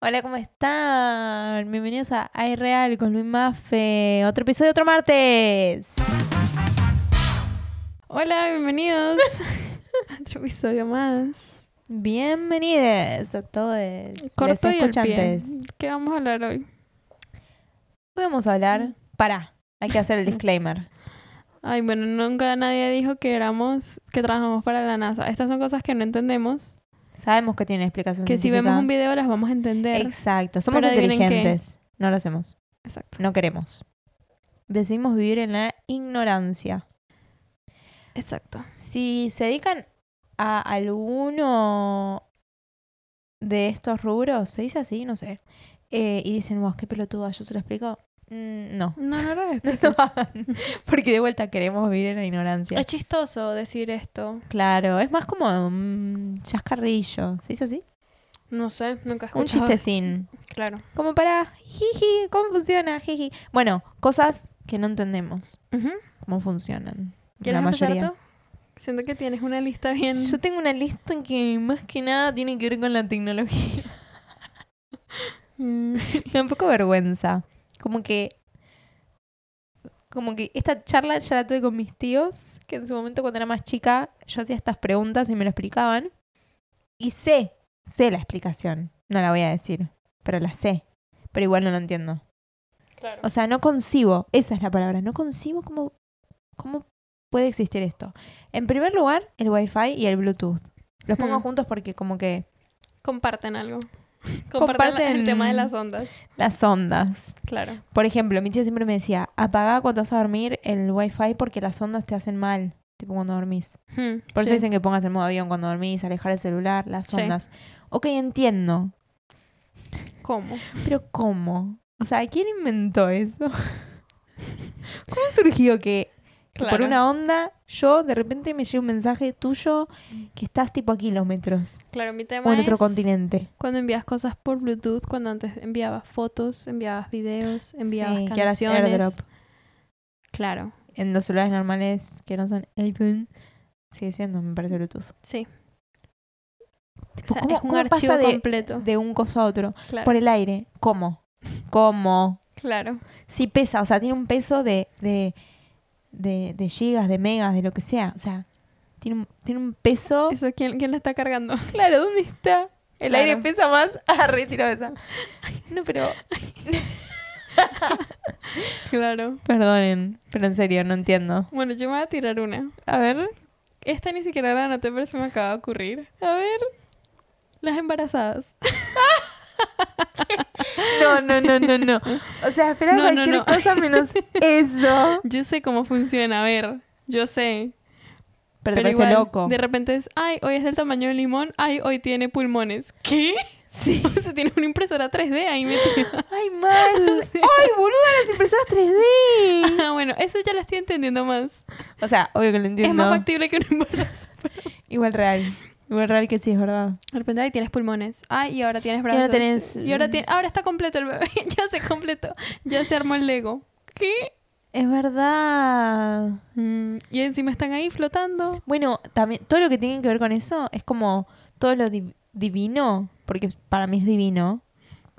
Hola, ¿cómo están? Bienvenidos a Ay Real con Luis Mafe. Otro episodio, otro martes. Hola, bienvenidos a otro episodio más. Bienvenidos a todos los Corto y al pie. escuchantes. ¿Qué vamos a hablar hoy? Hoy vamos a hablar. Pará, hay que hacer el disclaimer. Ay, bueno, nunca nadie dijo que éramos, que trabajamos para la NASA. Estas son cosas que no entendemos, Sabemos que tiene explicación que si científica. vemos un video las vamos a entender. Exacto, somos Pero adivinen qué. inteligentes. No lo hacemos, Exacto. no queremos. Decidimos vivir en la ignorancia. Exacto. Si se dedican a alguno de estos rubros, se dice así, no sé, eh, y dicen, vos, qué pelotuda, yo se lo explico. Mm, no. No, no lo No explico. lo hagan, Porque de vuelta queremos vivir en la ignorancia. Es chistoso decir esto. Claro, es más como un chascarrillo. ¿Se dice así? No sé, nunca escuché. Un chistecín. Claro. Como para, jiji, ¿cómo funciona? Jiji. Bueno, cosas que no entendemos cómo funcionan. ¿Quieres La empezar mayoría. tú? Siento que tienes una lista bien... Yo tengo una lista que más que nada tiene que ver con la tecnología. Mm. Me da un poco vergüenza. Como que. Como que esta charla ya la tuve con mis tíos, que en su momento cuando era más chica, yo hacía estas preguntas y me lo explicaban. Y sé, sé la explicación. No la voy a decir, pero la sé. Pero igual no lo entiendo. Claro. O sea, no concibo, esa es la palabra, no concibo cómo, cómo puede existir esto. En primer lugar, el Wi-Fi y el Bluetooth. Los pongo Hmm. juntos porque como que Comparten algo. Comparten, Comparten- el tema de las ondas. las ondas. Claro. Por ejemplo, mi tío siempre me decía, apaga cuando vas a dormir el wifi porque las ondas te hacen mal, tipo cuando dormís. Mm, Por eso sí. dicen que pongas el modo avión cuando dormís, alejar el celular, las Sí. ondas. Ok, entiendo, ¿Cómo? pero ¿cómo? O sea, ¿quién inventó eso? ¿Cómo surgió que, que por Claro. una onda yo de repente me llega un mensaje tuyo que estás tipo a kilómetros Claro, mi tema o en otro es continente? cuando envías cosas por Bluetooth, cuando antes enviabas fotos, enviabas videos, enviabas Sí, que ahora es canciones. airdrop. Claro, En los celulares normales que no son iPhone, sigue siendo, me parece Bluetooth. sí. Tipo, O sea, ¿cómo- es un cómo pasa archivo de- completo. de un coso a otro. claro, Por el aire. ¿Cómo? ¿Cómo? claro. Sí pesa, o sea, tiene un peso de, de, de, de gigas, de megas, de lo que sea. O sea, tiene un, tiene un peso... Eso, ¿quién, quién lo está cargando? Claro, ¿dónde está? El Claro. aire pesa más. Ah, retiro esa. No, pero... Claro. Perdonen, pero en serio, no entiendo. Bueno, yo me voy a tirar una. A ver, Esta ni siquiera la anoté, pero se me acaba de ocurrir. a ver. Las embarazadas. No, no, no, no, no. O sea, espera No, no, cualquier no. cosa menos eso. Yo sé cómo funciona, a ver. Yo sé. Pero, te parece igual, loco. De repente es, ay, hoy es del tamaño de un limón, ay, hoy tiene pulmones. ¿Qué? Sí. O sea, tiene una impresora 3D ahí metida. Ay, mal. Sí. Ay, boluda, las impresoras 3D. Ah, bueno, eso ya lo estoy entendiendo más. O sea, obvio que lo entiendo. Es más factible que un embarazo. Igual real. Igual real que sí, es verdad. De repente, ay, tienes pulmones. Ay, y ahora tienes ahora brazos. tenés- Y ahora, ti- ahora está completo el bebé. ya se completó. Ya se armó el Lego. ¿Qué? Es verdad. Mm, Y encima están ahí flotando. Bueno, también todo lo que tiene que ver con eso es como todo lo div- divino, porque para mí es divino,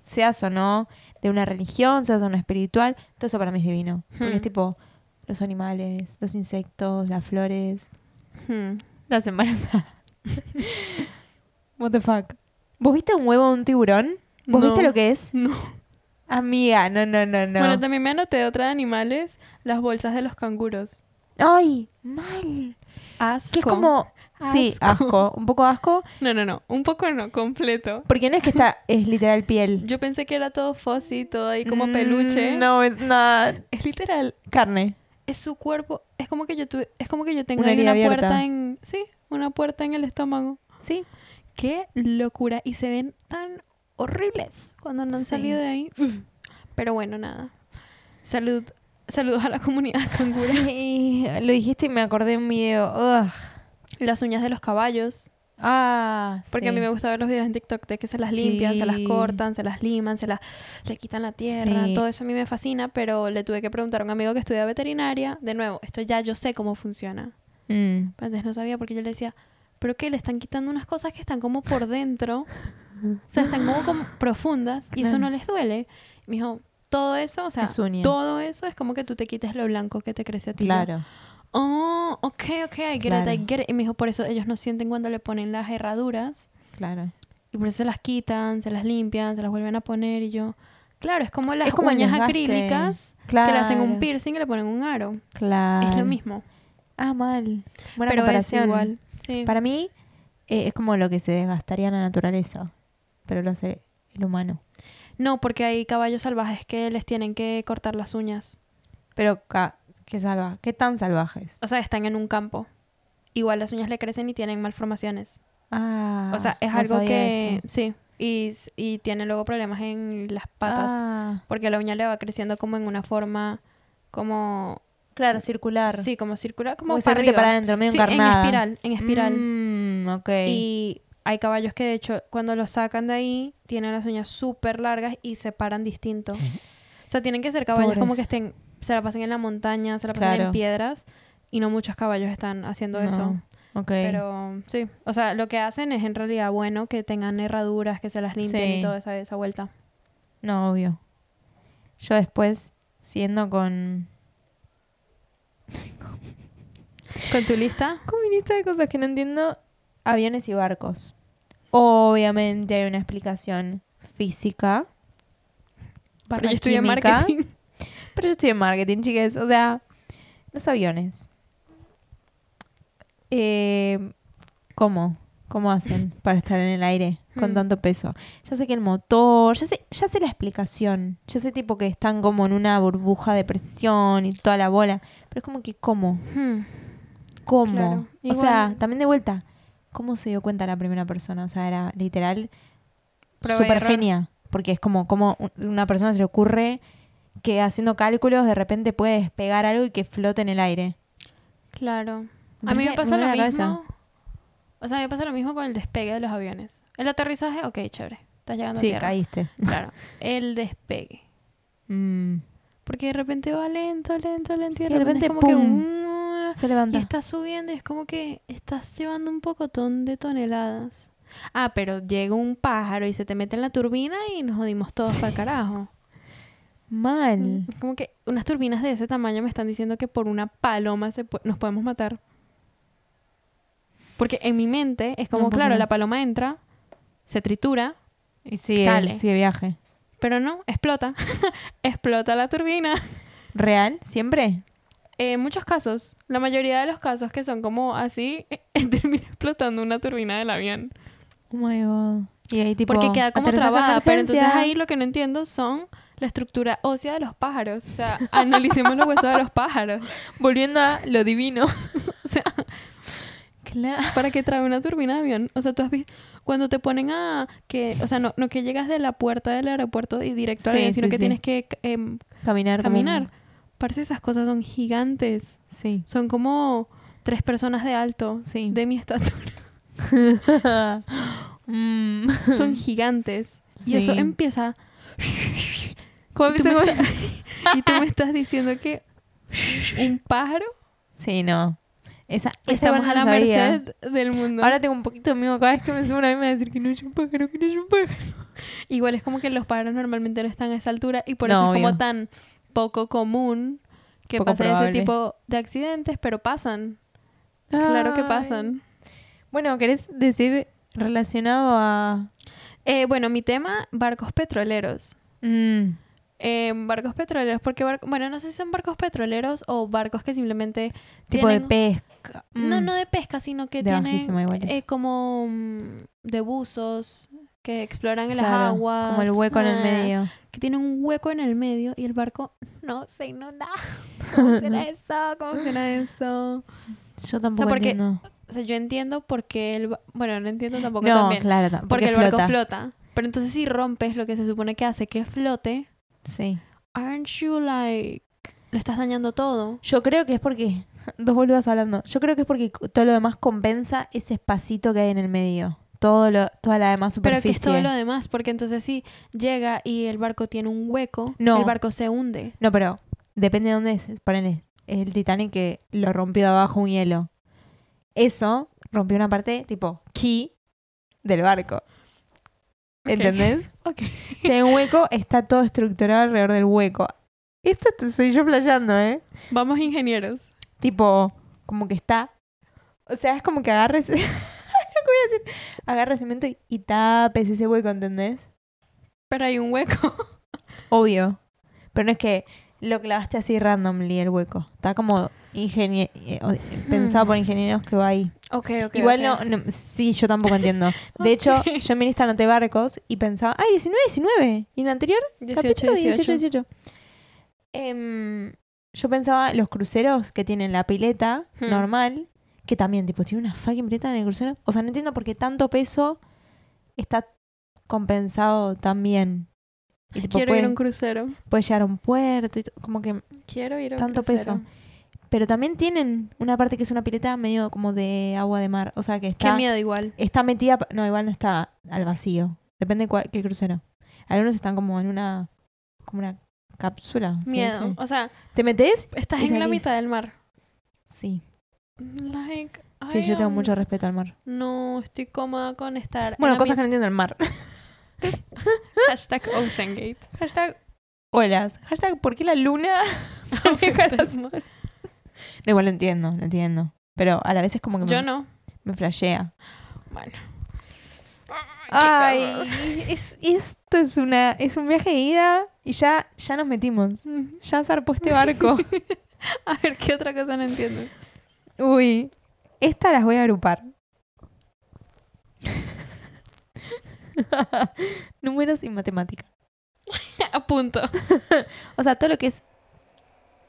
seas o no de una religión, seas o no espiritual, todo eso para mí es divino. Porque Hmm. es tipo los animales, los insectos, las flores, Mm. las embarazadas. What the fuck. ¿Vos viste un huevo de un tiburón? ¿Vos No. viste lo que es? No. Amiga, no, no, no, no. Bueno, también me anoté otra de animales, las bolsas de los canguros. Ay, mal. Asco. Que es como. Sí, Asco. asco. Un poco asco. No, no, no. Un poco no, completo. Porque no es que está. Es literal piel. Yo pensé que era todo fuzzy, todo ahí como Mm, peluche. No, es nada. Es literal. Carne. es su cuerpo. Es como que yo tuve, es como que yo tengo Una ahí herida una abierta. puerta en, sí, una puerta en el estómago. Sí. Qué locura y se ven tan horribles cuando no han Sí. salido de ahí. Pero bueno, nada. Salud, saludos a la comunidad cangura. Y lo dijiste y me acordé de un video. Ugh. Las uñas de los caballos, Ah, porque a mí me gusta ver los videos en TikTok de que se las Sí. limpian, se las cortan, se las liman, se las le quitan la tierra, Sí. todo eso a mí me fascina, pero le tuve que preguntar a un amigo que estudia veterinaria, de nuevo, esto ya yo sé cómo funciona. gusta. Pero Antes no sabía porque yo le decía, ¿pero qué? Le están quitando unas cosas que están como por dentro O sea, están como, como profundas y eso Claro. no les duele. Y Me dijo, todo eso, o sea, Pezuña. todo eso es como que tú te quites lo blanco que te crece a ti. Yo, Claro. Oh, ok, ok, I get Claro. it, I get it. Y me dijo, por eso ellos no sienten cuando le ponen las herraduras Claro. y por eso se las quitan, se las limpian, se las vuelven a poner y yo... Claro, es como las Es como el uñas desgaste. acrílicas Claro. que le hacen un piercing y le ponen un aro. Claro. Es lo mismo. Ah, mal. Buena pero es comparación. igual. Sí. Para mí eh, es como lo que se desgastaría en la naturaleza, pero lo hace el humano. No, porque hay caballos salvajes que les tienen que cortar las uñas. Pero ca- qué salva, qué tan salvajes. O sea, están en un campo. Igual las uñas le crecen y tienen malformaciones. Ah. o sea, es no algo sabía que... eso. Sí. Y, s- y tiene luego problemas en las patas. Ah, Porque la uña le va creciendo como en una forma... Como... claro, circular. Sí, como circular. Como como para para, para arriba. adentro, medio Sí, en encarnada. espiral. En espiral. Mm, ok. Y hay caballos que de hecho cuando los sacan de ahí tienen las uñas súper largas y se paran distinto. O sea, tienen que ser caballos como Pobres. que estén, se la pasen en la montaña, se la pasen en Claro. piedras y no muchos caballos están haciendo No, eso. ok. Pero sí, o sea, lo que hacen es en realidad bueno que tengan herraduras, que se las limpien y Sí. toda esa, esa vuelta. No, obvio. Yo después, siendo con... ¿Con tu lista? Con mi lista de cosas que no entiendo, aviones y barcos. Obviamente hay una explicación física. Pero barra yo estudié química. marketing. Pero yo estoy en marketing, chicas. O sea, los aviones. Eh, ¿Cómo? ¿Cómo hacen para estar en el aire con Hmm. tanto peso? Ya sé que el motor, ya sé, ya sé la explicación. Ya sé tipo que están como en una burbuja de presión y toda la bola. Pero es como que, ¿cómo? Hmm. ¿Cómo? Claro, O sea, igual- también de vuelta, ¿cómo se dio cuenta la primera persona? O sea, era literal Prueba y súper error. genia. Porque es como, como un- una persona se le ocurre que haciendo cálculos de repente puede despegar algo y que flote en el aire. Claro. Me A mí me parece- pasa me lo vuela la mismo. cabeza. O sea, me pasa lo mismo con el despegue de los aviones. El aterrizaje, ok, chévere. Estás llegando sí, a tierra. caíste. Claro. El despegue. Mm, Porque de repente va lento, lento, lento. Sí, y de de repente, repente, es como ¡pum! que. "Uah", se y levanta. estás subiendo y es como que estás llevando un pocotón de toneladas. Ah, pero llega un pájaro y se te mete en la turbina y nos jodimos todos para carajo. Mm. Mal. Es Como que unas turbinas de ese tamaño me están diciendo que por una paloma se pu- nos podemos matar. Porque en mi mente es como, No, ¿por qué claro, no? la paloma entra, se tritura, Y sigue, Sale. sigue viaje. pero no, explota. explota la turbina. ¿Real? ¿Siempre? En muchos casos, la mayoría de los casos que son como así, termina explotando una turbina del avión. Oh my god. Y ahí tipo. Porque queda como aterrizaje de trabada. Pero entonces emergencia. ahí lo que no entiendo son la estructura ósea de los pájaros. O sea, analicemos los huesos de los pájaros. Volviendo a lo divino. o sea. Claro. ¿Para qué trae una turbina de avión? O sea, tú has visto. Cuando te ponen a. que O sea, no, no que llegas de la puerta del aeropuerto y directo al Sí, avión, sino sí, que sí. tienes que em, Caminar. como un- caminar. Parece esas cosas son gigantes. Sí. Son como tres personas de alto. Sí. De mi estatura. Mm. Son gigantes. Y eso em- Sí. empieza. ¿Cómo Y tú, me empieza? estás, y tú me estás diciendo que un pájaro Sí, no. Esa, esa estamos igual no a la la sabía. merced del mundo. Ahora tengo un poquito de miedo cada vez que me subo una vez me va a decir que no es un pájaro, que no es un pájaro. Igual es como que los pájaros normalmente no están a esa altura y por No, eso es como obvio. tan poco común que Poco pasen ese probable. tipo de accidentes, pero pasan. Claro que Ay. pasan. Bueno, ¿querés decir relacionado a...? Eh, bueno, mi tema, barcos petroleros. Mm, Eh, barcos petroleros, porque barco- bueno, no sé si son barcos petroleros o barcos que simplemente tipo de tienen- pesca. No, Mm. no de pesca, sino que De bajísima tienen igual eso. eh, como mm, de buzos que exploran en Claro, las aguas. Como el hueco en el Ah, medio. Que tienen un hueco en el medio y el barco no se inunda. ¿Cómo será eso? ¿Cómo será eso? Yo tampoco porque entiendo. O sea, yo entiendo por qué el... ba- Bueno, no entiendo tampoco no, también. claro, tam- porque, porque el flota. barco flota. Pero entonces si rompes lo que se supone que hace que flote, Sí. aren't you like... Lo estás dañando todo. Yo creo que es porque... Dos boludas hablando. Yo creo que es porque co- todo lo demás compensa ese espacito que hay en el medio. Todo lo, toda la demás Pero superficie. que es todo lo demás, porque entonces si llega y el barco tiene un hueco, No. el barco se hunde. No, pero depende de dónde es. Ponele, es el Titanic que lo rompió de abajo un hielo. Eso rompió una parte, tipo, key del barco. ¿Entendés? Ok. Si hay un hueco, está todo estructurado alrededor del hueco. Esto te- soy yo playando, ¿eh? Vamos ingenieros. Tipo, como que está. O sea, es como que agarres. lo que voy a decir. Agarres cemento y, y tapes ese hueco, ¿entendés? Pero hay un hueco. Obvio. Pero no es que lo clavaste así randomly el hueco. Está como ingenie- eh, o- pensado por ingenieros que va ahí. Ok, Mm. ok. Igual No, no- Sí, yo tampoco entiendo. De hecho, Ok. yo en mi lista anoté barcos y pensaba, ¡ay, 19, 19! Y en el anterior, 18, capítulo 18, 18. 18. Em, yo pensaba los cruceros que tienen la pileta Hmm. normal, que también, tipo, tiene una fucking pileta en el crucero. O sea, no entiendo por qué tanto peso está compensado también. Y tipo, Quiero ir a puede, un crucero. puede llegar a un puerto y to- como que... Quiero ir a un Tanto crucero. Pero también tienen una parte que es una pileta medio como de agua de mar. O sea, que Qué está... miedo igual. Está metida, pa- no, igual no está al vacío. Depende cuál, qué crucero. Algunos están como en una como una cápsula. se Miedo. dice. O sea, ¿Te metes? estás Y en la salís. mitad del mar. Sí. Like, Sí, I yo tengo am- mucho respeto al mar. No, estoy cómoda con estar. en Bueno, la cosas que mitad- no entiendo del mar. Hashtag OceanGate. Hashtag olas. Hashtag ¿por qué la luna maneja Afecta las el mar. olas? No, igual lo entiendo, lo entiendo. Pero a la vez es como que Yo me, no. me flashea. Ay, qué cosas. Ay, es- esto es una es un viaje de ida y ya ya nos metimos. Ya zarpó este barco. A ver, ¿qué otra cosa no entiendo? Uy, estas las voy a agrupar. Números y matemática. A punto. O sea, todo lo que es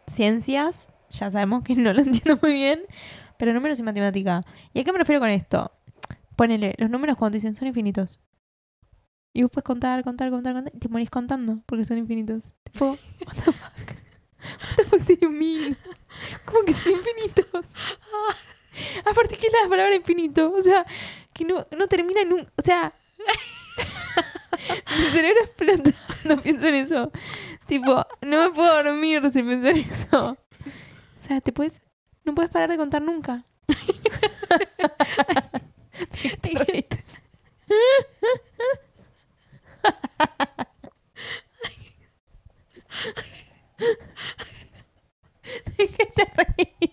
ciencias, ya sabemos que no lo entiendo muy bien, pero números y matemática. ¿Y a qué me refiero con esto? Ponele, los números cuando te dicen son infinitos. Y vos puedes contar, contar, contar, contar, y te morís contando porque son infinitos. Tipo, what the fuck? What the fuck do you mean? ¿Cómo que son infinitos? Aparte que es la palabra infinito, o sea, que no, no termina en un... O sea, mi cerebro explota cuando pienso en eso. Tipo, no me puedo dormir sin pensar en eso. O sea, te puedes... No puedes parar de contar nunca. Te reís. ¿De qué te reís?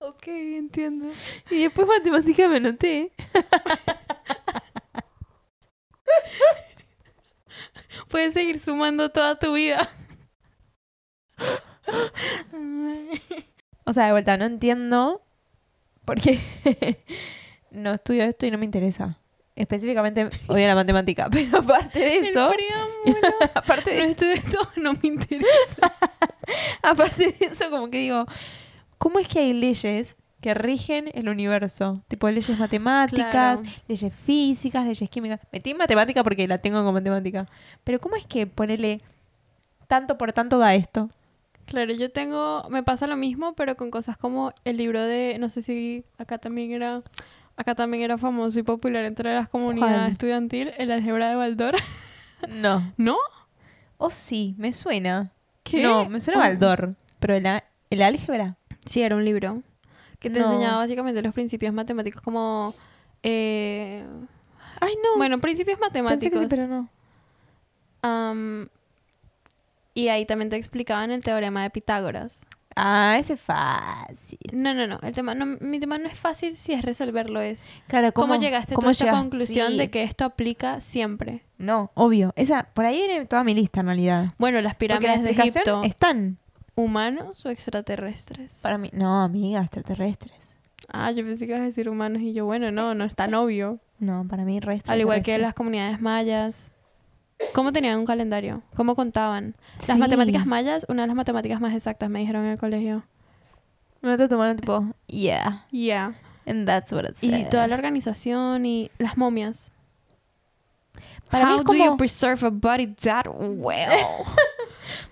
ok, entiendo. Y después matemática me anoté. Puedes seguir sumando toda tu vida. O sea, de vuelta, no entiendo porque no estudio esto y no me interesa. Específicamente odio la matemática, pero aparte de eso, El preámbulo. aparte No de eso, estudio esto, no me interesa. aparte de eso, como que digo, ¿cómo es que hay leyes que rigen el universo? Tipo leyes matemáticas, leyes físicas, leyes químicas. Metí en matemática porque la tengo como matemática. Pero ¿cómo es que ponerle tanto por tanto da esto? Claro, yo tengo, me pasa lo mismo, pero con cosas como el libro de, no sé si acá también era, acá también era famoso y popular entre las comunidades ¿Cuál? estudiantil, el álgebra de Baldor. No. ¿No? Oh, sí, me suena. ¿Qué? No, me suena Oh. Baldor, pero el, a- el álgebra. Sí, era un libro que te No. enseñaba básicamente los principios matemáticos como, eh, Ay, no. bueno, principios Pensé matemáticos. que sí, pero no. Am, y ahí también te explicaban el teorema de Pitágoras. Ah, ese es fácil. No, no, no, el tema, no, mi tema no es fácil si es resolverlo, es... Claro, ¿Cómo, llegaste tú a esa conclusión de que esto aplica siempre? No, obvio. Esa, por ahí viene toda mi lista en realidad. Bueno, las Porque la pirámides de explicación Egipto, están. ¿humanos o extraterrestres? Para mí. No, amiga, extraterrestres. Ah, yo pensé que ibas a decir humanos y yo, bueno, no, no es tan obvio. No, para mí re Al igual que las extraterrestres. comunidades mayas. ¿Cómo tenían un calendario? ¿Cómo contaban? Las Sí. matemáticas mayas, una de las matemáticas más exactas me dijeron en el colegio. Me meto a tomar tipo, yeah, Yeah. and that's what it Y said. toda la organización y las momias. Para mí How es do you como- preserve a body that well?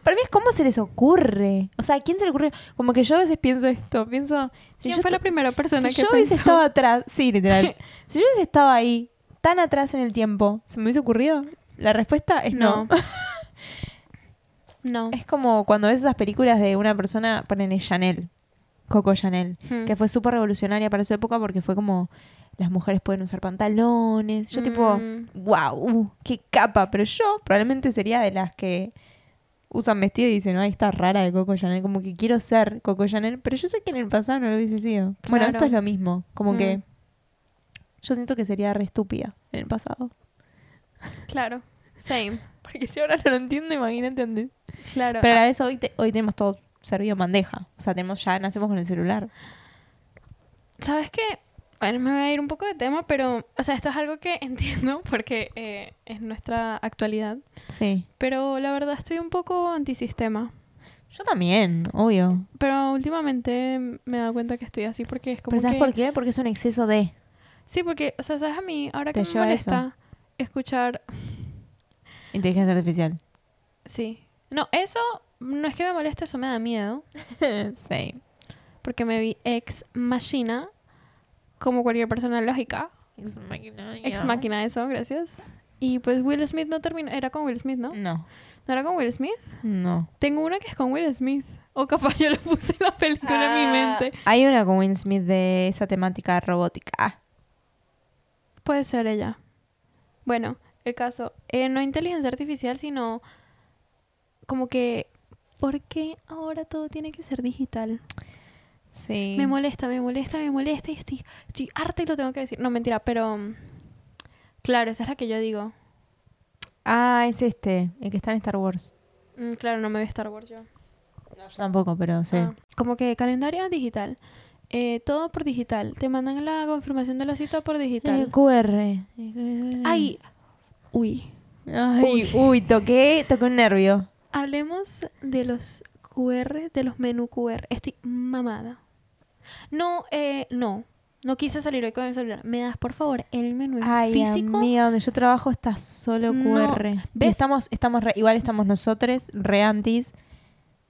Para mí es cómo se les ocurre. O sea, ¿a quién se le ocurre? Como que yo a veces pienso esto, pienso... Si ¿Quién yo fue la tu- primera persona si que yo hubiese pensó? estado atrás, sí, literal. si yo hubiese estado ahí, tan atrás en el tiempo, ¿se me hubiese ocurrido? La respuesta es no. No. No. Es como cuando ves esas películas de una persona, ponen Chanel, Coco Chanel, Hmm. que fue súper revolucionaria para su época porque fue como las mujeres pueden usar pantalones. Yo tipo, Mm. wow, uh, qué capa. Pero yo probablemente sería de las que usan vestido y dicen, ay, está rara de Coco Chanel. Como que quiero ser Coco Chanel. Pero yo sé que en el pasado no lo hubiese sido. Bueno, esto Claro. es lo mismo. Como Mm. que yo siento que sería re estúpida en el pasado. Claro. Same. Porque si ahora no lo entiendo, imagínate antes. Claro. Pero a la vez hoy, te- hoy tenemos todo servido en bandeja. O sea, tenemos ya nacemos con el celular. ¿Sabes qué? Bueno, me voy a ir un poco de tema, pero, o sea, esto es algo que entiendo porque eh, es nuestra actualidad. Sí. Pero la verdad estoy un poco antisistema. Yo también, obvio. Pero últimamente me he dado cuenta que estoy así porque es como Pero ¿sabes que- por qué? Porque es un exceso de... Sí, porque, o sea, ¿sabes a mí? Ahora Te que me lleva a eso. molesta escuchar... Inteligencia artificial. Sí. No, eso no es que me moleste, eso me da miedo. sí. Porque me vi ex machina, como cualquier persona lógica. Ex máquina. Ex máquina, eso, gracias. Y pues Will Smith no terminó... Era con Will Smith, ¿no? No, ¿No era con Will Smith? no. Tengo una que es con Will Smith. O capaz yo lo puse en la película Ah. en mi mente. Hay una con Will Smith de esa temática robótica. Ah, Puede ser ella. Bueno, el caso. eh, no inteligencia artificial, sino como que... ¿Por qué ahora todo tiene que ser digital? sí. Me molesta, me molesta, me molesta y estoy, estoy harta y lo tengo que decir. No, mentira, pero... mm, Claro, esa es la que yo digo. ah, es este, el que está en Star Wars. Mm, claro, no me veo Star Wars yo. No, yo tampoco, pero sí. Ah, como que calendario digital. Eh, todo por digital. Te mandan la confirmación de la cita por digital. El QR. Ay, uy. Eh, Ay, uy, toqué, toqué un nervio. Hablemos de los QR, de los menú QR. Estoy mamada. No, eh, no. No quise salir hoy con el celular. ¿Me das, por favor, el menú en Ay, físico? amiga, donde yo trabajo está solo No, QR. Y ¿ves? Estamos, estamos re- igual estamos nosotros re antis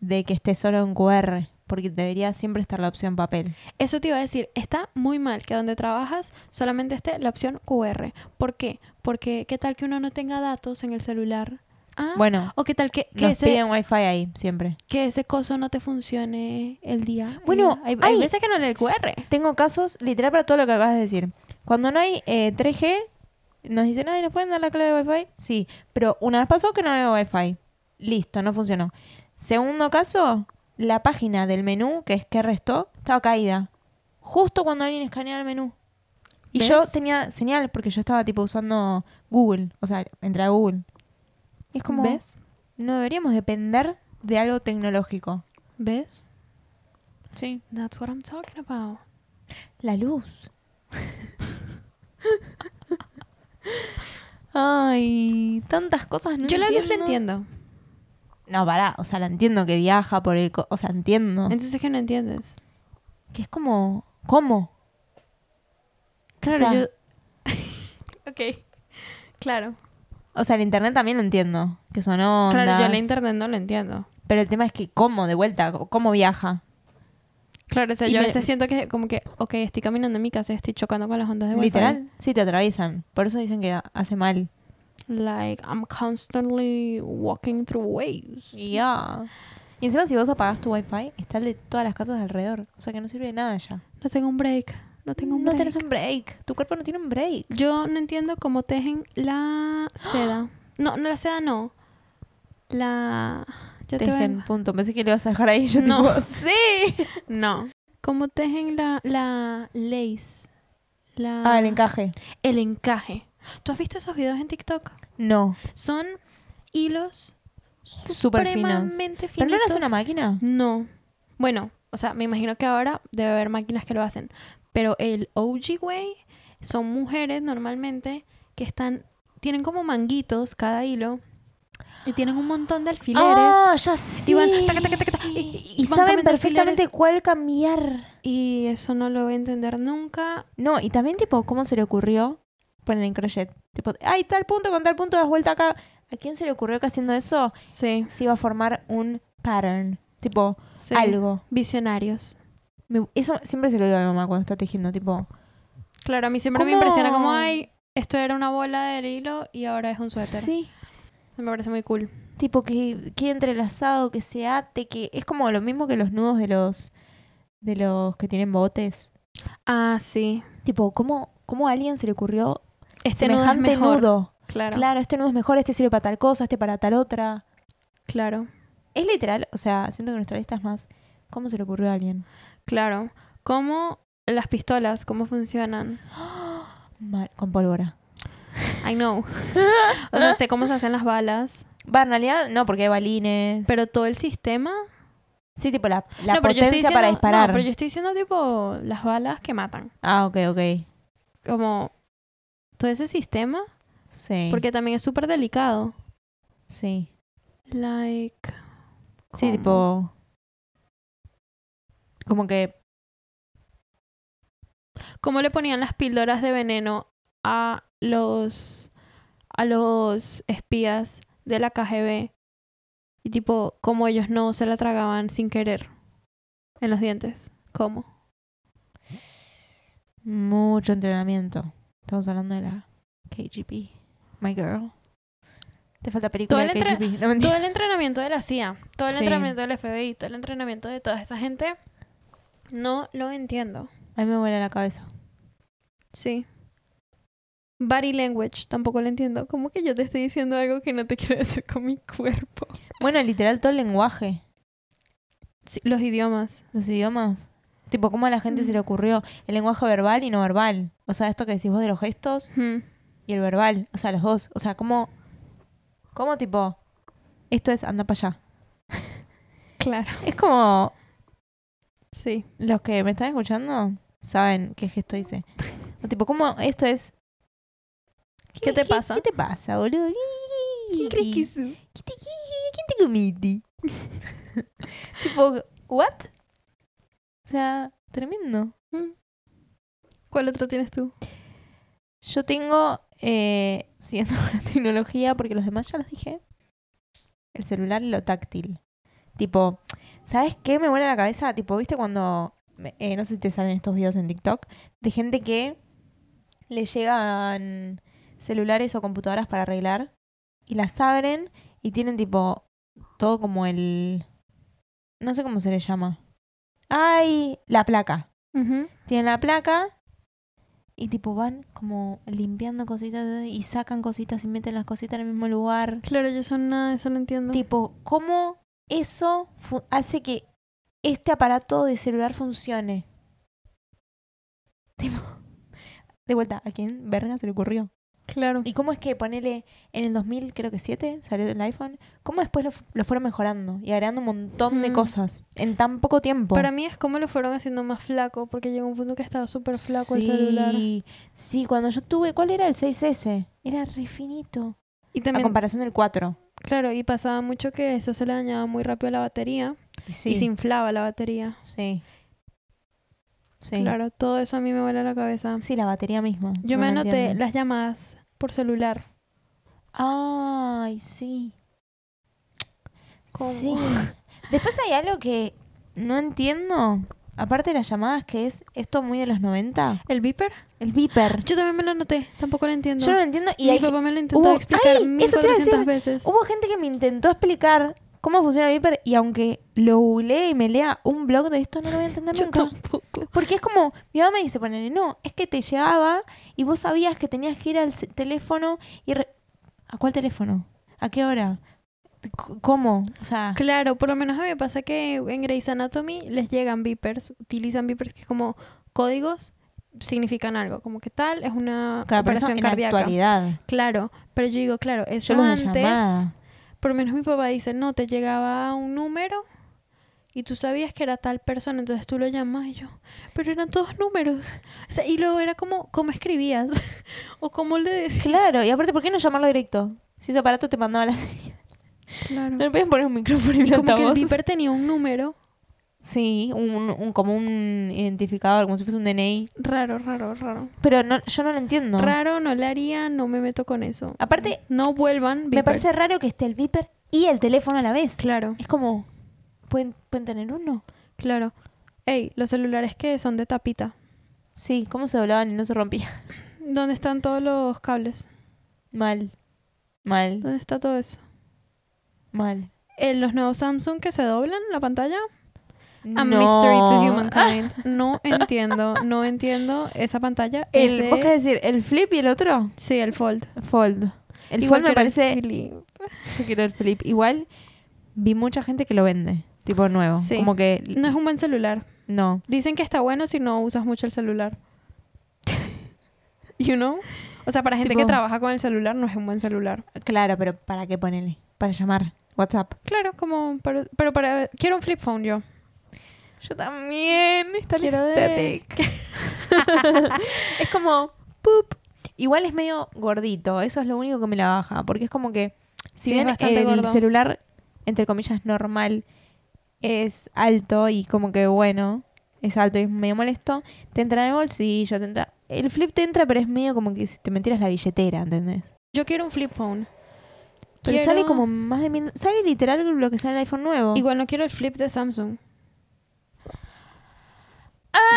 de que esté solo en QR, porque debería siempre estar la opción papel. Eso te iba a decir. Está muy mal que donde trabajas solamente esté la opción QR. ¿Por qué? Porque qué tal que uno no tenga datos en el celular. Ah, Bueno, o qué tal que, que nos ese, piden wifi ahí siempre. que ese coso no te funcione el día. Bueno, hay, hay ay. veces que no lee el QR. Tengo casos literal para todo lo que acabas de decir. Cuando no hay eh, 3G, nos dicen, ay, ¿nos pueden dar la clave de wifi? Sí, pero una vez pasó que no había wifi. Listo, no funcionó. Segundo caso, la página del menú, que es que restó, estaba caída. Justo cuando alguien escaneaba el menú. Y ¿Ves? yo tenía señal porque yo estaba tipo usando Google, o sea, entré a Google. Y es como, ¿Ves? no deberíamos depender de algo tecnológico. ¿Ves? Sí. That's what I'm talking about. La luz. Ay, tantas cosas no Yo la luz la entiendo. No, pará, o sea, la entiendo que viaja por el... co- o sea, entiendo. Entonces, ¿qué no entiendes? Que es como... ¿Cómo? Claro, sea- yo. ok. Claro. O sea, el internet también lo entiendo. Que son ondas. Claro, yo la internet no lo entiendo. Pero el tema es que ¿cómo? De vuelta, ¿cómo viaja? Claro, o sea, Y yo a me- veces siento que, como que, ok, estoy caminando en mi casa y estoy chocando con las ondas de ¿eh? wifi. Literal. Sí, te atraviesan. Por eso dicen que ha- hace mal. Like, I'm constantly walking through waves. Ya. Y encima si vos apagás tu wifi, está el de todas las casas de alrededor. O sea, que no sirve de nada ya. No tengo un break. No tengo un no break. tenés un break. Tu cuerpo no tiene un break. Yo no entiendo cómo tejen la seda. No, no la seda, no. La. Yo te Tejen, vengo- punto. Pensé que lo ibas a dejar ahí. Yo No. tipo, sí. No. ¿Cómo tejen la, la lace? La... Ah, el encaje. El encaje. ¿Tú has visto esos videos en TikTok? No. Son hilos Súper finos. supremamente ¿Pero no finitos. eras una máquina? No. Bueno, o sea, me imagino que ahora debe haber máquinas que lo hacen. Pero el OG way son mujeres normalmente que están. Tienen como manguitos cada hilo. Y tienen un montón de alfileres. Ah, ya sé. Y van taca, taca, taca, taca, y- y- Y saben y van cambiando perfectamente alfileres. cuál cambiar. Y eso no lo voy a entender nunca. No, y también, tipo, ¿cómo se le ocurrió poner en crochet? Tipo, ay, tal punto con tal punto das vuelta acá. ¿A quién se le ocurrió que haciendo eso Sí, se iba a formar un pattern? Tipo, sí. algo. Visionarios. Me- eso siempre se lo digo a mi mamá cuando está tejiendo, tipo, Claro, a mí siempre me ¿Cómo? impresiona como, ay, esto era una bola de hilo y ahora es un suéter. sí, Me parece muy cool. Tipo que quede entrelazado, que se ate, que es como lo mismo que los nudos de los de los que tienen botes. Ah, sí. Tipo, ¿cómo, ¿cómo a alguien se le ocurrió Este nudo es semejante mejor. nudo? Claro, Claro, este nudo es mejor, este sirve para tal cosa, este para tal otra. claro, Es literal, o sea, siento que nuestra lista es más, ¿cómo se le ocurrió a alguien? claro. ¿Cómo las pistolas, cómo funcionan? Mal, con pólvora. I know. o sea, sé cómo se hacen las balas, Va, en realidad no, porque hay balines. pero todo el sistema... sí, tipo la, la No, pero yo potencia estoy para diciendo- disparar. No, pero yo estoy diciendo tipo las balas que matan. Ah, ok, ok. Como todo ese sistema, Sí. porque también es súper delicado. sí. Like... Sí, ¿cómo? tipo. Como que. cómo le ponían las píldoras de veneno a los a los espías de la KGB y tipo cómo ellos no se la tragaban sin querer en los dientes. ¿Cómo? Mucho entrenamiento. Estamos hablando de la KGB. My girl. Te falta película Todo el de entre- KGB. No Todo mentira. el entrenamiento de la CIA, todo el Sí. entrenamiento del FBI, todo el entrenamiento de toda esa gente no lo entiendo. A mí me huele la cabeza. Sí. Body language, tampoco lo entiendo. ¿Cómo que yo te estoy diciendo algo que no te quiero decir con mi cuerpo? Bueno, literal, todo el lenguaje. Sí, los idiomas. Los idiomas. Tipo, ¿cómo a la gente se le Mm. ocurrió? El lenguaje verbal y no verbal. O sea, esto que decís vos de los gestos Hmm. y el verbal. O sea, los dos. O sea, ¿cómo. ¿Cómo, tipo. Esto es anda para allá. Claro, Es como. sí. los que me están escuchando saben qué gesto hice. O tipo, ¿cómo esto es? ¿Qué te pasa? ¿Qué te pasa, boludo? ¿Qué, crees que es? ¿Qué te, qué- qué- quién te comiste? tipo, ¿what? O sea, tremendo. ¿Cuál otro tienes tú? Yo tengo, eh, siguiendo con la tecnología, porque los demás ya los dije, el celular y lo táctil. Tipo, ¿sabes qué me vuela la cabeza? Tipo, ¿viste cuando, eh, no sé si te salen estos videos en TikTok, de gente que le llegan celulares o computadoras para arreglar y las abren y tienen tipo todo como el... No sé cómo se le llama. ¡Ay! La placa tienen la placa y tipo van como limpiando cositas y sacan cositas y meten las cositas en el mismo lugar. Claro, yo eso nada, eso no entiendo. Tipo, ¿cómo eso fu- hace que este aparato de celular funcione? Tipo, de vuelta, ¿a quién verga se le ocurrió? Claro. ¿Y cómo es que ponele en el 2000, creo que 7, salió el iPhone? ¿Cómo después lo, fu- lo fueron mejorando y agregando un montón de Mm. cosas en tan poco tiempo? Para mí es como lo fueron haciendo más flaco, porque llegó un punto que estaba súper flaco el Sí, celular. Sí, cuando yo tuve, ¿cuál era el 6S? Era refinito. Y A también, comparación del 4. claro, y pasaba mucho que eso se le dañaba muy rápido a la batería Sí. y se inflaba la batería. sí. Sí. Claro, todo eso a mí me vuela la cabeza. Sí, la batería misma. Yo no me la anoté entiendo. las llamadas por celular. Ay, sí. ¿Cómo? Sí. Después hay algo que no entiendo. Aparte de las llamadas, que es esto muy de los 90. ¿El beeper? El viper. Yo también me lo anoté, tampoco lo entiendo. Yo no lo entiendo. Y Mi hay, papá me lo intentó hubo- explicar ¡Ay! Eso te iba a 1400 veces. Hubo gente que me intentó explicar cómo funciona el Viper y aunque lo googleé y me lea un blog de esto, no lo voy a entender yo nunca. tampoco. Porque es como, mi mamá me dice, ponele, no, es que te llegaba y vos sabías que tenías que ir al ce- teléfono y... re- ¿A cuál teléfono? ¿A qué hora? C- ¿Cómo? O sea, Claro, por lo menos a mí me pasa que en Grey's Anatomy les llegan beepers, utilizan beepers que es como códigos, significan algo, como que tal, es una claro, pero eso operación en la cardíaca. actualidad. Claro, pero yo digo, claro, eso Yo lo de antes, llamada. por lo menos mi papá dice, no, te llegaba un número y tú sabías que era tal persona, entonces tú lo llamas y yo, pero eran todos números. O sea, y luego era como, ¿cómo escribías? o cómo le decías. Claro, y aparte, ¿por qué no llamarlo directo? Si ese aparato te mandaba la señal. Claro. No le podías poner un micrófono y, un Y como que el altavoz? beeper tenía un número Sí, un, un- como un identificador, como si fuese un DNI. raro, raro, raro. Pero no, yo no lo entiendo. Raro, no le haría, no me meto con eso. Aparte, No vuelvan. me beepers. parece raro que esté el viper y el teléfono a la vez. Claro, Es como, ¿pueden, ¿pueden tener uno? claro. Ey, los celulares que son de tapita. Sí, ¿cómo se doblaban y no se rompía? ¿Dónde están todos los cables? Mal, mal, ¿Dónde está todo eso? mal. Eh, los nuevos Samsung que se doblan la pantalla. A mystery to humankind. No entiendo, no entiendo esa pantalla. es El, de- ¿Vos querés decir el flip y el otro? Sí, el fold. Fold. El Igual fold me que era el parece... Philip. Yo quiero el flip. Igual vi mucha gente que lo vende, tipo nuevo. Sí. Como que... No es un buen celular. No. Dicen que está bueno si no usas mucho el celular. You know? O sea, para gente que Tipo- trabaja con el celular no es un buen celular. Claro, pero ¿para qué ponerle? Para llamar. WhatsApp. Claro, como para- pero para quiero un flip phone yo. Yo también. Está Quiero de- es como... Pup. Igual es medio gordito. Eso es lo único que me la baja. Porque es como que... Si Sí, es bien bastante el gordo. celular, entre comillas, normal es alto y como que bueno... Es alto y es medio molesto. Te entra en el bolsillo, te entra... El flip te entra, pero es medio como que si te metieras la billetera, ¿entendés? Yo quiero un flip phone. Pero Quiero- sale como más de mil... Sale literal lo que sale el iPhone nuevo. igual no quiero el flip de Samsung.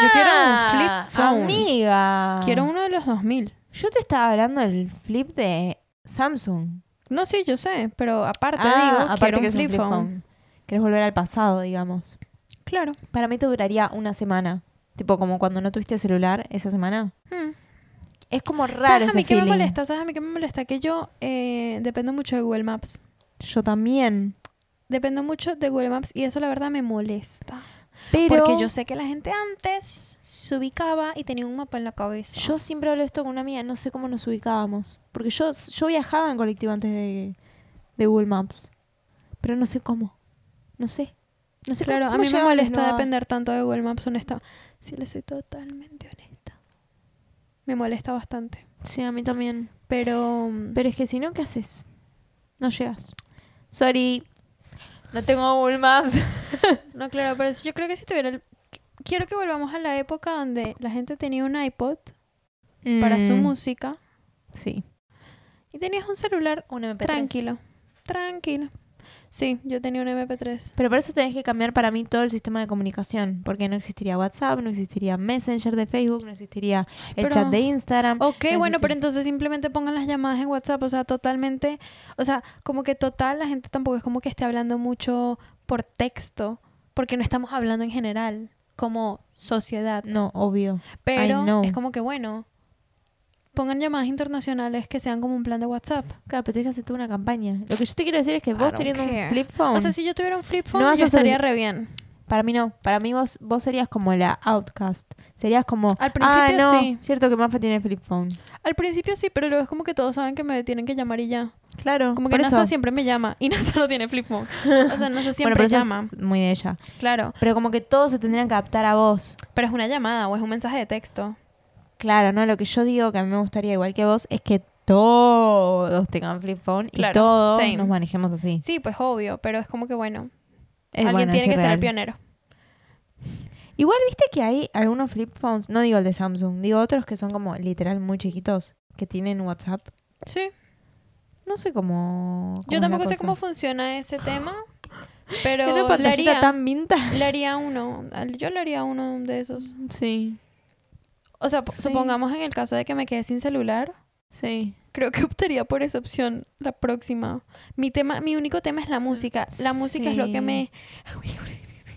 Yo quiero un flip phone. Amiga. Quiero uno de los 2000. Yo te estaba hablando del flip de Samsung. No, sí, yo sé, pero aparte Ah, digo, aparte quiero que un es flip, phone. Querés volver al pasado, digamos. Claro. Para mí te duraría una semana. Tipo, como cuando no tuviste celular esa semana. Hmm. Es como raro ¿Sabes a ese mí qué me feeling. molesta? ¿Sabes a mí qué me molesta? Que yo eh, dependo mucho de Google Maps. Yo también. Dependo mucho de Google Maps y eso la verdad me molesta. Pero Porque yo sé que la gente antes se ubicaba y tenía un mapa en la cabeza. yo siempre hablo esto con una amiga. No sé cómo nos ubicábamos. Porque yo, yo viajaba en colectivo antes de, de Google Maps. Pero no sé cómo. No sé. No sé claro, cómo- a cómo mí me llegaba, molesta no. depender tanto de Google Maps, honesta. Si le soy totalmente honesta. Me molesta bastante. Sí, a mí también. Pero... mm, Pero es que si no, ¿qué haces? No llegas. Sorry. No tengo Google Maps. no, claro, pero yo creo que si tuviera el... Quiero que volvamos a la época donde la gente tenía un iPod para su música Mm. Sí. y tenías un celular Un MP3. tranquilo. Tranquilo. Sí, yo tenía un MP3. Pero por eso tenés que cambiar para mí todo el sistema de comunicación. Porque no existiría WhatsApp, no existiría Messenger de Facebook, no existiría el Pero- chat de Instagram. Ok, Eso bueno, sí. pero entonces simplemente pongan las llamadas en WhatsApp, o sea, totalmente, o sea, como que total, la gente tampoco es como que esté hablando mucho por texto, porque no estamos hablando en general, como sociedad, No, obvio. know. pero es como que bueno, pongan llamadas internacionales que sean como un plan de WhatsApp. Claro, pero tenés que hacer toda una campaña. Lo que yo te quiero decir es que I vos don't teniendo care. un flip phone. O sea, si yo tuviera un flip phone, Um. No vas yo a estaría soluc- re bien. Para mí no. Para mí vos, vos serías como la outcast. Serías como. Al principio ah, no. sí. Cierto que Mafa tiene flip phone. Al principio sí, pero luego es como que todos saben que me tienen que llamar y ya. Claro. Como que NASA siempre me llama y NASA no tiene flip phone. O sea, NASA siempre pero eso es llama. muy de ella. Claro. Pero como que todos se tendrían que adaptar a vos. Pero es una llamada o es un mensaje de texto. Claro, ¿no? Lo que yo digo que a mí me gustaría, igual que vos, es que todos tengan flip phone y Claro, todos same. nos manejemos así. Sí, pues obvio, pero es como que bueno. Es alguien bueno, tiene es que ser el irreal. pionero. Igual viste que hay algunos flip phones, no digo el de Samsung, digo otros que son como literal muy chiquitos, que tienen WhatsApp. Sí. No sé cómo... cómo Yo es tampoco la sé cosa. cómo funciona ese tema, pero Tiene una le pantallita haría, tan vintage. le haría uno. Al- Yo le haría uno de esos. Sí, O sea, po- Sí. supongamos en el caso de que me quede sin celular, sí. creo que optaría por esa opción la próxima. Mi tema, mi único tema es la música. La música es lo Sí. que me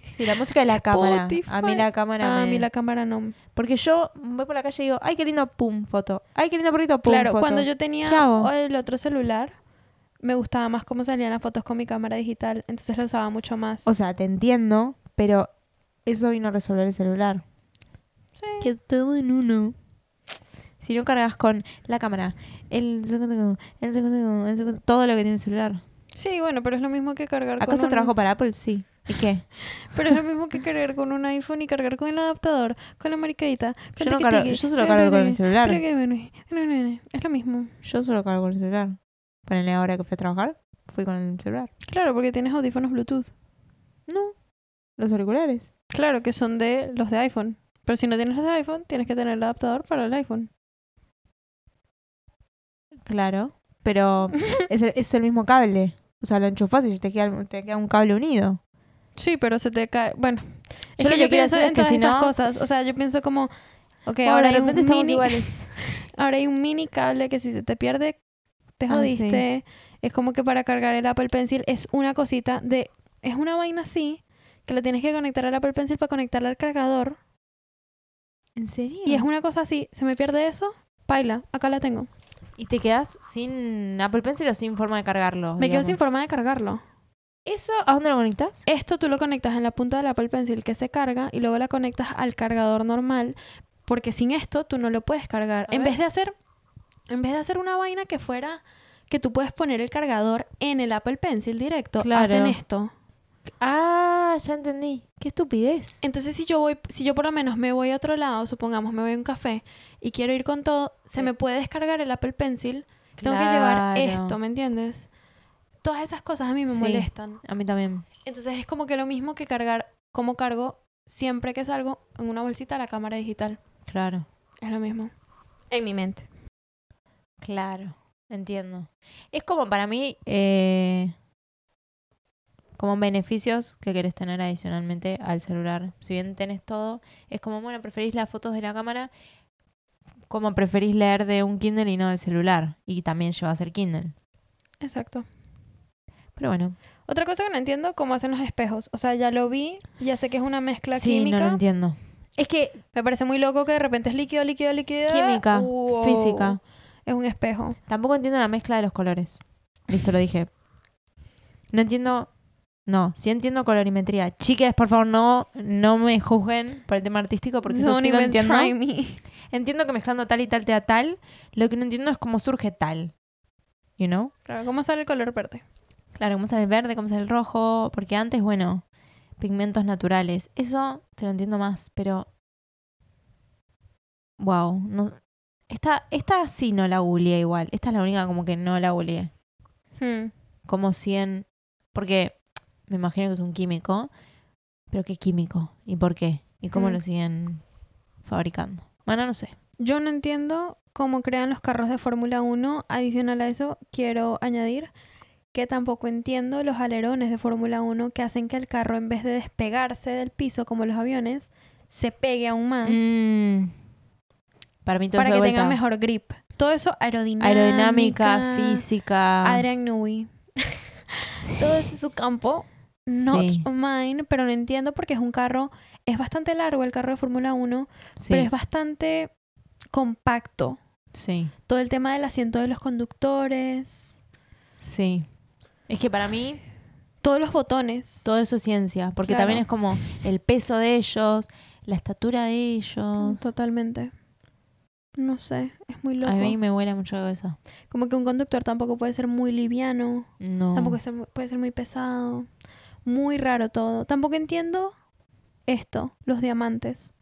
Sí, la música de la cámara. Ah, A mí Spotify. la cámara a me- mí la cámara no. Porque yo voy por la calle y digo, ay, qué lindo, pum, foto. Ay, qué lindo perrito, pum, Claro, foto. cuando yo tenía ¿Qué hago? el otro celular, me gustaba más cómo salían las fotos con mi cámara digital, entonces la usaba mucho más. O sea, te entiendo, pero eso vino a resolver el celular. Sí. Que todo en uno. Si no cargas con la cámara, el segundo, el segundo, el segundo, todo lo que tiene el celular. Sí, bueno, pero es lo mismo que cargar con ¿Acaso un- trabajo para Apple? Sí. ¿Y qué? Pero es lo mismo que cargar con un iPhone y cargar con el adaptador, con la maricadita. con Yo, no tiqui cargo, tiqui, yo solo cargo con el celular. pero que bueno, no, no, no, Es lo mismo. Yo solo cargo con el celular. Ponele ahora que fui a trabajar, fui con el celular. Claro, porque tienes audífonos Bluetooth. No. Los auriculares. Claro, que son de los de iPhone. Pero si no tienes los de iPhone, tienes que tener el adaptador para el iPhone. Claro. Pero es el, es el mismo cable. O sea, lo enchufas y te queda, te queda un cable unido. Sí, pero se te cae. Bueno, es Yo lo que que quiero yo pienso decir es en que todas si esas no- cosas. O sea, yo pienso como. Ok, Wow, ahora, de hay un repente estamos mini, iguales. ahora hay un mini cable que si se te pierde, te Ah, jodiste. Es como que para cargar el Apple Pencil es una cosita de. Es una vaina así que la tienes que conectar al Apple Pencil para conectarla al cargador. ¿En serio? Y es una cosa así, se me pierde eso, paila, acá la tengo. ¿Y te quedas sin Apple Pencil o sin forma de cargarlo? Me quedo digamos? sin forma de cargarlo. ¿Eso a dónde lo conectas? Esto tú lo conectas en la punta del Apple Pencil que se carga y luego la conectas al cargador normal, porque sin esto tú no lo puedes cargar. A en ver. vez de hacer en vez de hacer una vaina que fuera que tú puedes poner el cargador en el Apple Pencil directo, Claro. hacen esto. Ah, ya entendí. Qué estupidez. Entonces si yo voy si yo por lo menos me voy a otro lado, supongamos me voy a un café y quiero ir con todo, se Sí. me puede descargar el Apple Pencil, tengo que llevar Claro. esto, ¿me entiendes? Todas esas cosas a mí me Sí. molestan. A mí también. Entonces es como que lo mismo que cargar, como cargo siempre que salgo en una bolsita la cámara digital. Claro. Es lo mismo. En mi mente. Claro. Entiendo. Es como para mí, eh, como beneficios que querés tener adicionalmente al celular. Si bien tenés todo, es como, bueno, preferís las fotos de la cámara, como preferís leer de un Kindle y no del celular. Y también llevas el Kindle. Exacto. Pero bueno, Otra cosa que no entiendo, cómo hacen los espejos. O sea, ya lo vi, ya sé que es una mezcla sí, química. no lo entiendo. Es que Me parece muy loco que de repente es líquido, líquido, líquido. Química, Wow. física. Es un espejo. Tampoco entiendo la mezcla de los colores. Listo, lo dije. No entiendo. No, sí entiendo colorimetría. Chiques, por favor, no, no me juzguen por el tema artístico porque eso Don't sí lo even entiendo. try me. Entiendo que mezclando tal y tal te da tal. Lo que no entiendo es cómo surge tal. You know? Claro, ¿cómo sale el color verde? Claro, cómo sale el verde, cómo sale el rojo. Porque antes, bueno, pigmentos naturales. Eso te lo entiendo más, pero. Wow. No... Esta, esta sí no la googleé igual. Esta es la única como que no la googleé. Hmm. como 100, porque me imagino que es un químico, pero ¿qué químico? ¿Y por qué? ¿Y cómo Mm. lo siguen fabricando? Bueno, no sé. Yo no entiendo cómo crean los carros de Fórmula 1. Adicional a eso, quiero añadir que tampoco entiendo los alerones de Fórmula 1 que hacen que el carro, en vez de despegarse del piso como los aviones, se pegue aún más Mm. Para mí todo para eso que de tenga vuelta. mejor grip. Todo eso aerodinámica. aerodinámica, física. Adrian Newey. Sí. Todo eso es su campo. Not Sí. mine, pero no entiendo porque es un carro, es bastante largo el carro de Fórmula 1, Sí, pero es bastante compacto. sí, todo el tema del asiento de los conductores, sí. Es que para mí todos los botones. todo eso es ciencia, porque Claro. también es como el peso de ellos, la estatura de ellos. Totalmente. No sé, es muy loco. A mí me huele mucho algo eso. Como que un conductor tampoco puede ser muy liviano, No. tampoco ser mu- puede ser muy pesado. Muy raro todo. Tampoco entiendo esto, los diamantes.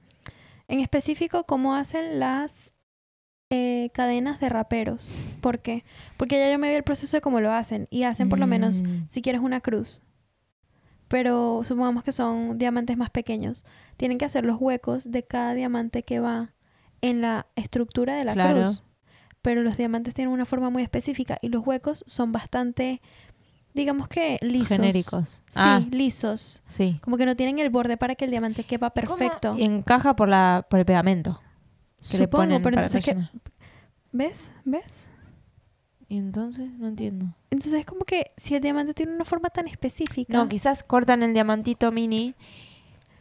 En específico, cómo hacen las eh, cadenas de raperos. ¿Por qué? Porque ya yo me vi el proceso de cómo lo hacen. Y hacen por lo menos Mm. si quieres una cruz. Pero supongamos que son diamantes más pequeños. Tienen que hacer los huecos de cada diamante que va en la estructura de la Claro. cruz. Pero los diamantes tienen una forma muy específica y los huecos son bastante, digamos que lisos. genéricos. Sí, Ah, lisos. sí. Como que no tienen el borde para que el diamante quepa perfecto. Y encaja por la por el pegamento que le Supongo, ponen pero para entonces que- rellenar. ¿Ves? ¿Ves? Y entonces no entiendo. Entonces es como que si el diamante tiene una forma tan específica. No, quizás cortan el diamantito mini,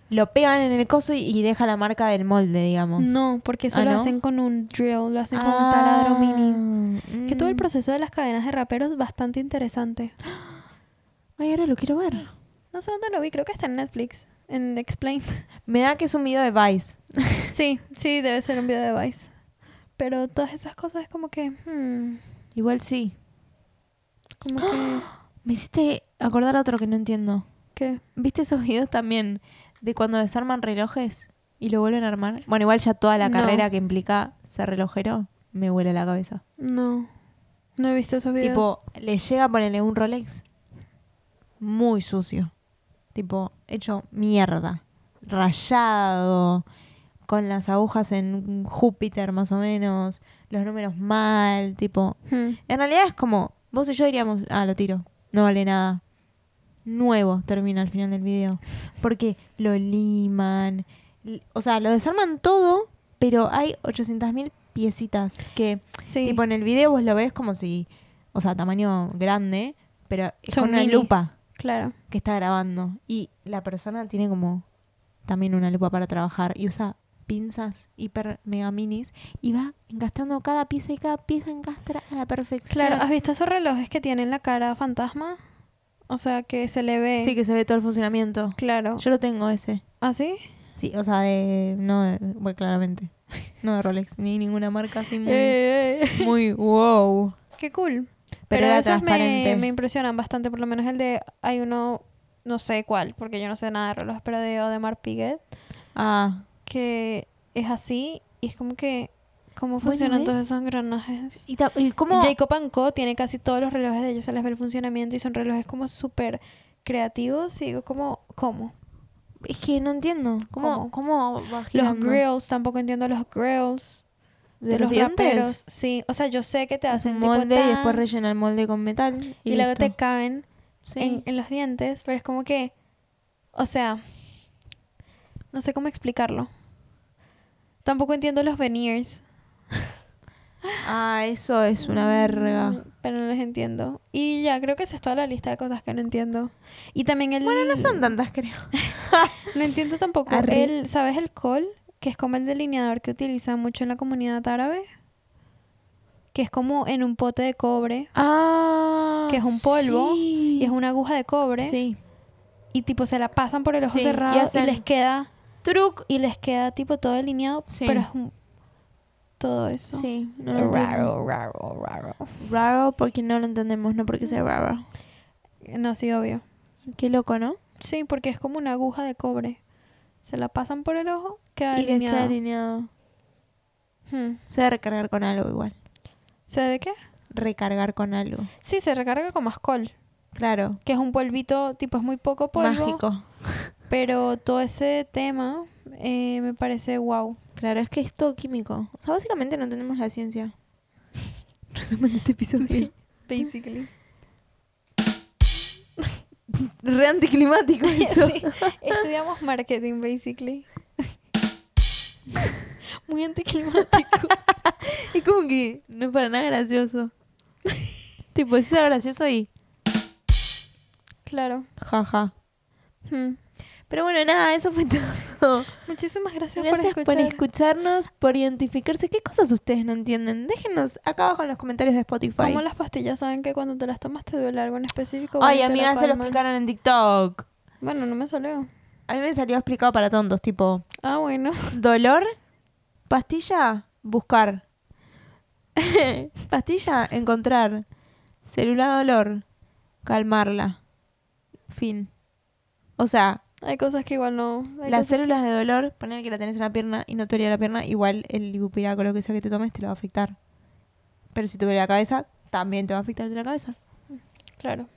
lo pegan en el coso y, y deja la marca del molde, digamos. No, porque eso Ah, lo ¿no? Ah. hacen con un drill, lo hacen con un taladro mini. mini. Que todo el proceso de las cadenas de raperos es bastante interesante. Ay, ahora lo quiero ver. No sé dónde lo vi, creo que está en Netflix, en Explained. Me da que es un video de Vice. sí, sí, debe ser un video de Vice. Pero todas esas cosas es como que... hmm, Igual sí. como que... Me hiciste acordar otro que no entiendo. ¿qué? ¿Viste esos videos también de cuando desarman relojes y lo vuelven a armar? Bueno, igual ya toda la No. carrera que implica ser relojero me huele la cabeza. No. No he visto esos videos. Tipo, le llega a ponerle un Rolex muy sucio. Tipo, hecho mierda. Rayado. Con las agujas en Júpiter, más o menos. Los números mal. Tipo, Hmm. en realidad es como, vos y yo diríamos, ah, lo tiro. No vale nada. Nuevo termina al final del video. Porque lo liman. l- O sea, lo desarman todo, pero hay 800.000 piecitas que Sí. Tipo, en el video vos lo ves como si, o sea, tamaño grande, pero es Son con una mini. lupa. Claro. que está grabando y la persona tiene como también una lupa para trabajar y usa pinzas hiper mega minis y va encastrando cada pieza y cada pieza encastra a la perfección. Claro, ¿has visto esos relojes que tienen la cara fantasma? O sea, que se le ve. Sí, que se ve todo el funcionamiento. Claro. Yo lo tengo ese. ¿Ah, sí? Sí, o sea, de... No, de- bueno, claramente. No de Rolex, ni ninguna marca así muy... Mm. Eh, eh, eh. muy wow. Qué cool. Pero, Pero, era esos transparente. me, me impresionan bastante, por lo menos el de. Hay uno, no sé cuál, porque yo no sé nada de relojes, pero de Audemars Piguet, Ah, que es así y es como que. ¿Cómo Bueno, funcionan todos ¿ves? esos engranajes? ¿y, ta- y cómo...? Jacob Co. tiene casi todos los relojes de ellos, se les ve el funcionamiento y son relojes como súper creativos. Y digo, como, ¿cómo? Es que no entiendo. ¿Cómo, ¿Cómo? cómo va Los girando? grills, tampoco entiendo los grills. ¿De los dientes? raperos. Sí, o sea, yo sé que te Hace hacen un tipo molde y después tan, rellena el molde con metal. Y, y luego listo. te caben Sí. en, en los dientes, pero es como que, o sea, no sé cómo explicarlo. Tampoco entiendo los veneers. Ah, eso es una verga. Mm, Pero no los entiendo. Y ya, creo que esa es toda la lista de cosas que no entiendo. Y también el... Bueno, no son tantas, creo. No entiendo tampoco. Arre. El, ¿Sabes el col? Que es como el delineador que utilizan mucho en la comunidad árabe. Que es como en un pote de cobre. Ah. Que es un polvo sí. Y es una aguja de cobre. Sí. Y tipo se la pasan por el ojo Sí, y cerrado. Y, hacen- les queda. Truc. Y les queda tipo todo delineado. Sí. Pero es un- todo eso. Sí, no lo entiendo. Raro, raro, raro. Raro porque no lo entendemos, no porque sea raro. No, sí, obvio. Qué loco, ¿no? Sí, porque es como una aguja de cobre. Se la pasan por el ojo, queda Y les queda delineado. alineado. Hmm. Se debe recargar con algo igual. ¿Se ve qué? Recargar con algo. Sí, se recarga con más col. Claro. Que es un polvito, tipo, es muy poco polvo. Mágico. Pero todo ese tema eh, me parece wow. Claro, es que es todo químico. O sea, básicamente no tenemos la ciencia. Resumen de este episodio. Basically. Re anticlimático eso. Estudiamos marketing, basically. Muy anticlimático. Es como que no es para nada gracioso. tipo, es algo gracioso y Claro. jaja. Hmm. Pero bueno, nada, eso fue todo. Muchísimas gracias, Gracias por por, escuchar. escucharnos, por identificarse. ¿Qué cosas ustedes no entienden? Déjenos acá abajo en los comentarios de Spotify. Como las pastillas saben que cuando te las tomas te duele algo en específico. Ay, Bueno, te amiga, se lo calma. explicaron en TikTok. Bueno, no me soleo. A mí me salió explicado para tontos, tipo, Ah, bueno. dolor, pastilla, buscar. pastilla, encontrar. Celular dolor, calmarla. Fin. O sea, Hay cosas que igual no. hay Las cosas- células de dolor, poner que la tenés en la pierna y no te duele la pierna, igual el ibupiraco, lo que sea que te tomes, te lo va a afectar. Pero si te duele la cabeza, también te va a afectar de la cabeza. Claro.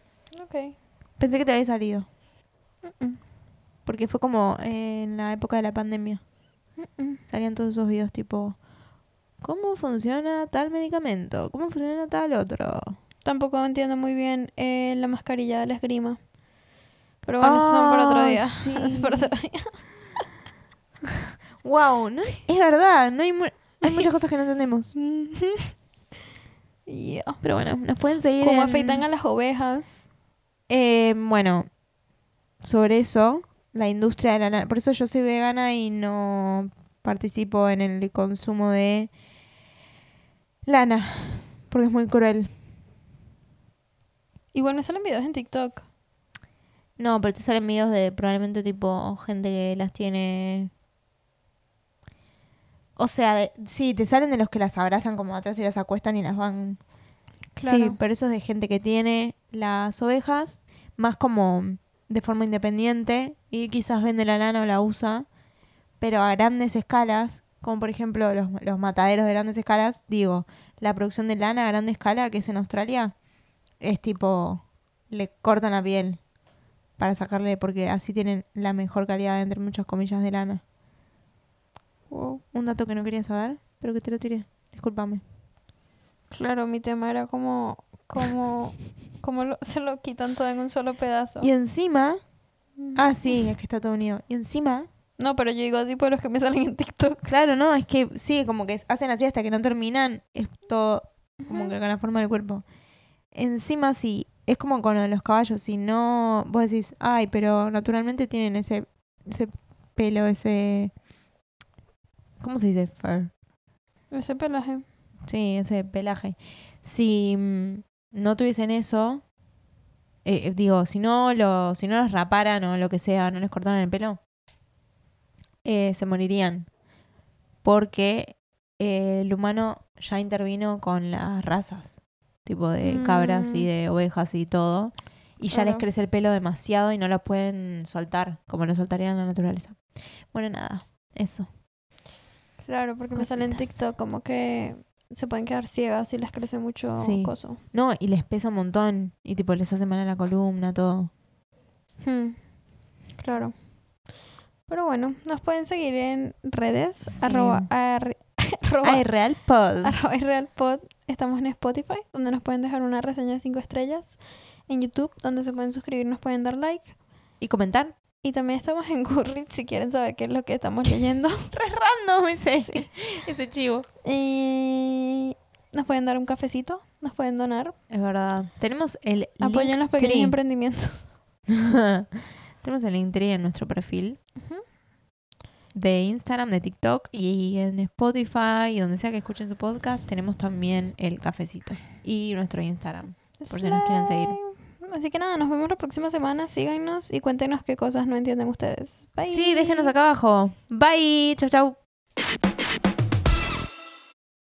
Ok. Pensé que te había salido, Mm, porque fue como eh, en la época de la pandemia. mm, mm. Salían todos esos videos tipo, ¿cómo funciona tal medicamento? ¿Cómo funciona tal otro? Tampoco entiendo muy bien eh, la mascarilla de la esgrima. Pero bueno, eso son para otro Ah, día. sí. Eso para otro día. ¡Wow! No, es verdad, no hay, mu- hay muchas cosas que no entendemos. Yeah. Pero bueno, nos pueden seguir Cómo en- afeitan a las ovejas. Eh, bueno, sobre eso, la industria de la lana. Por eso yo soy vegana y no participo en el consumo de lana, porque es muy cruel. Igual me salen videos en TikTok. No, pero te salen videos de probablemente tipo gente que las tiene. O sea, de- sí, te salen de los que las abrazan como atrás y las acuestan y las van. Sí, Claro. pero eso es de gente que tiene las ovejas, más como de forma independiente y quizás vende la lana o la usa, pero a grandes escalas, como por ejemplo los, los mataderos de grandes escalas, digo, la producción de lana a grande escala que es en Australia, es tipo, le cortan la piel para sacarle, porque así tienen la mejor calidad, entre muchas comillas, de lana. Un dato que no quería saber, pero que te lo tiré. Discúlpame. Claro, mi tema era como. Como. Como lo- se lo quitan todo en un solo pedazo. Y encima. Ah, sí, es que está todo unido. Y encima. No, pero yo digo tipo los que me salen en TikTok. Claro, no, es que sí, como que hacen así hasta que no terminan. Es todo como Ujú. que con la forma del cuerpo. Encima, si es como con lo de los caballos, si no, vos decís, ay, pero naturalmente tienen ese, ese pelo, ese... ¿Cómo se dice? Fur. Ese pelaje. Sí, ese pelaje. Si mm, no tuviesen eso, eh, eh, digo, si no, lo, si no los raparan o lo que sea, no les cortaran el pelo, eh, se morirían. Porque eh, el humano ya intervino con las razas, tipo de cabras y Mm. de ovejas y todo. Y ya les Claro. crece el pelo demasiado y no lo pueden soltar, como lo soltarían en la naturaleza. Bueno, nada, eso. Claro, porque me sale en Cositas. TikTok como que se pueden quedar ciegas si les crece mucho Sí. coso. No, y les pesa un montón. Y tipo, les hace mal a la columna, todo. Hmm, Claro. Pero bueno, nos pueden seguir en redes. Sí. Arroba, ar- arroba- Ay, real pod. arroba irrealpod. Estamos en Spotify, donde nos pueden dejar una reseña de 5 estrellas. En YouTube, donde se pueden suscribir, nos pueden dar like. Y comentar. Y también estamos en Goodreads si quieren saber qué es lo que estamos leyendo. No, Sí. ese chivo. Y Eh, nos pueden dar un cafecito, nos pueden donar. Es verdad. Tenemos el Apoyen los pequeños Linktree. emprendimientos. Tenemos el Linktree en nuestro perfil Ujú. de Instagram, de TikTok y en Spotify y donde sea que escuchen su podcast. Tenemos también el cafecito y nuestro Instagram. Por si nos quieren seguir. Slay. Así que nada, nos vemos la próxima semana. Síganos y cuéntenos qué cosas no entienden ustedes. Bye. Sí, déjenos acá abajo. Bye. Chau, chau.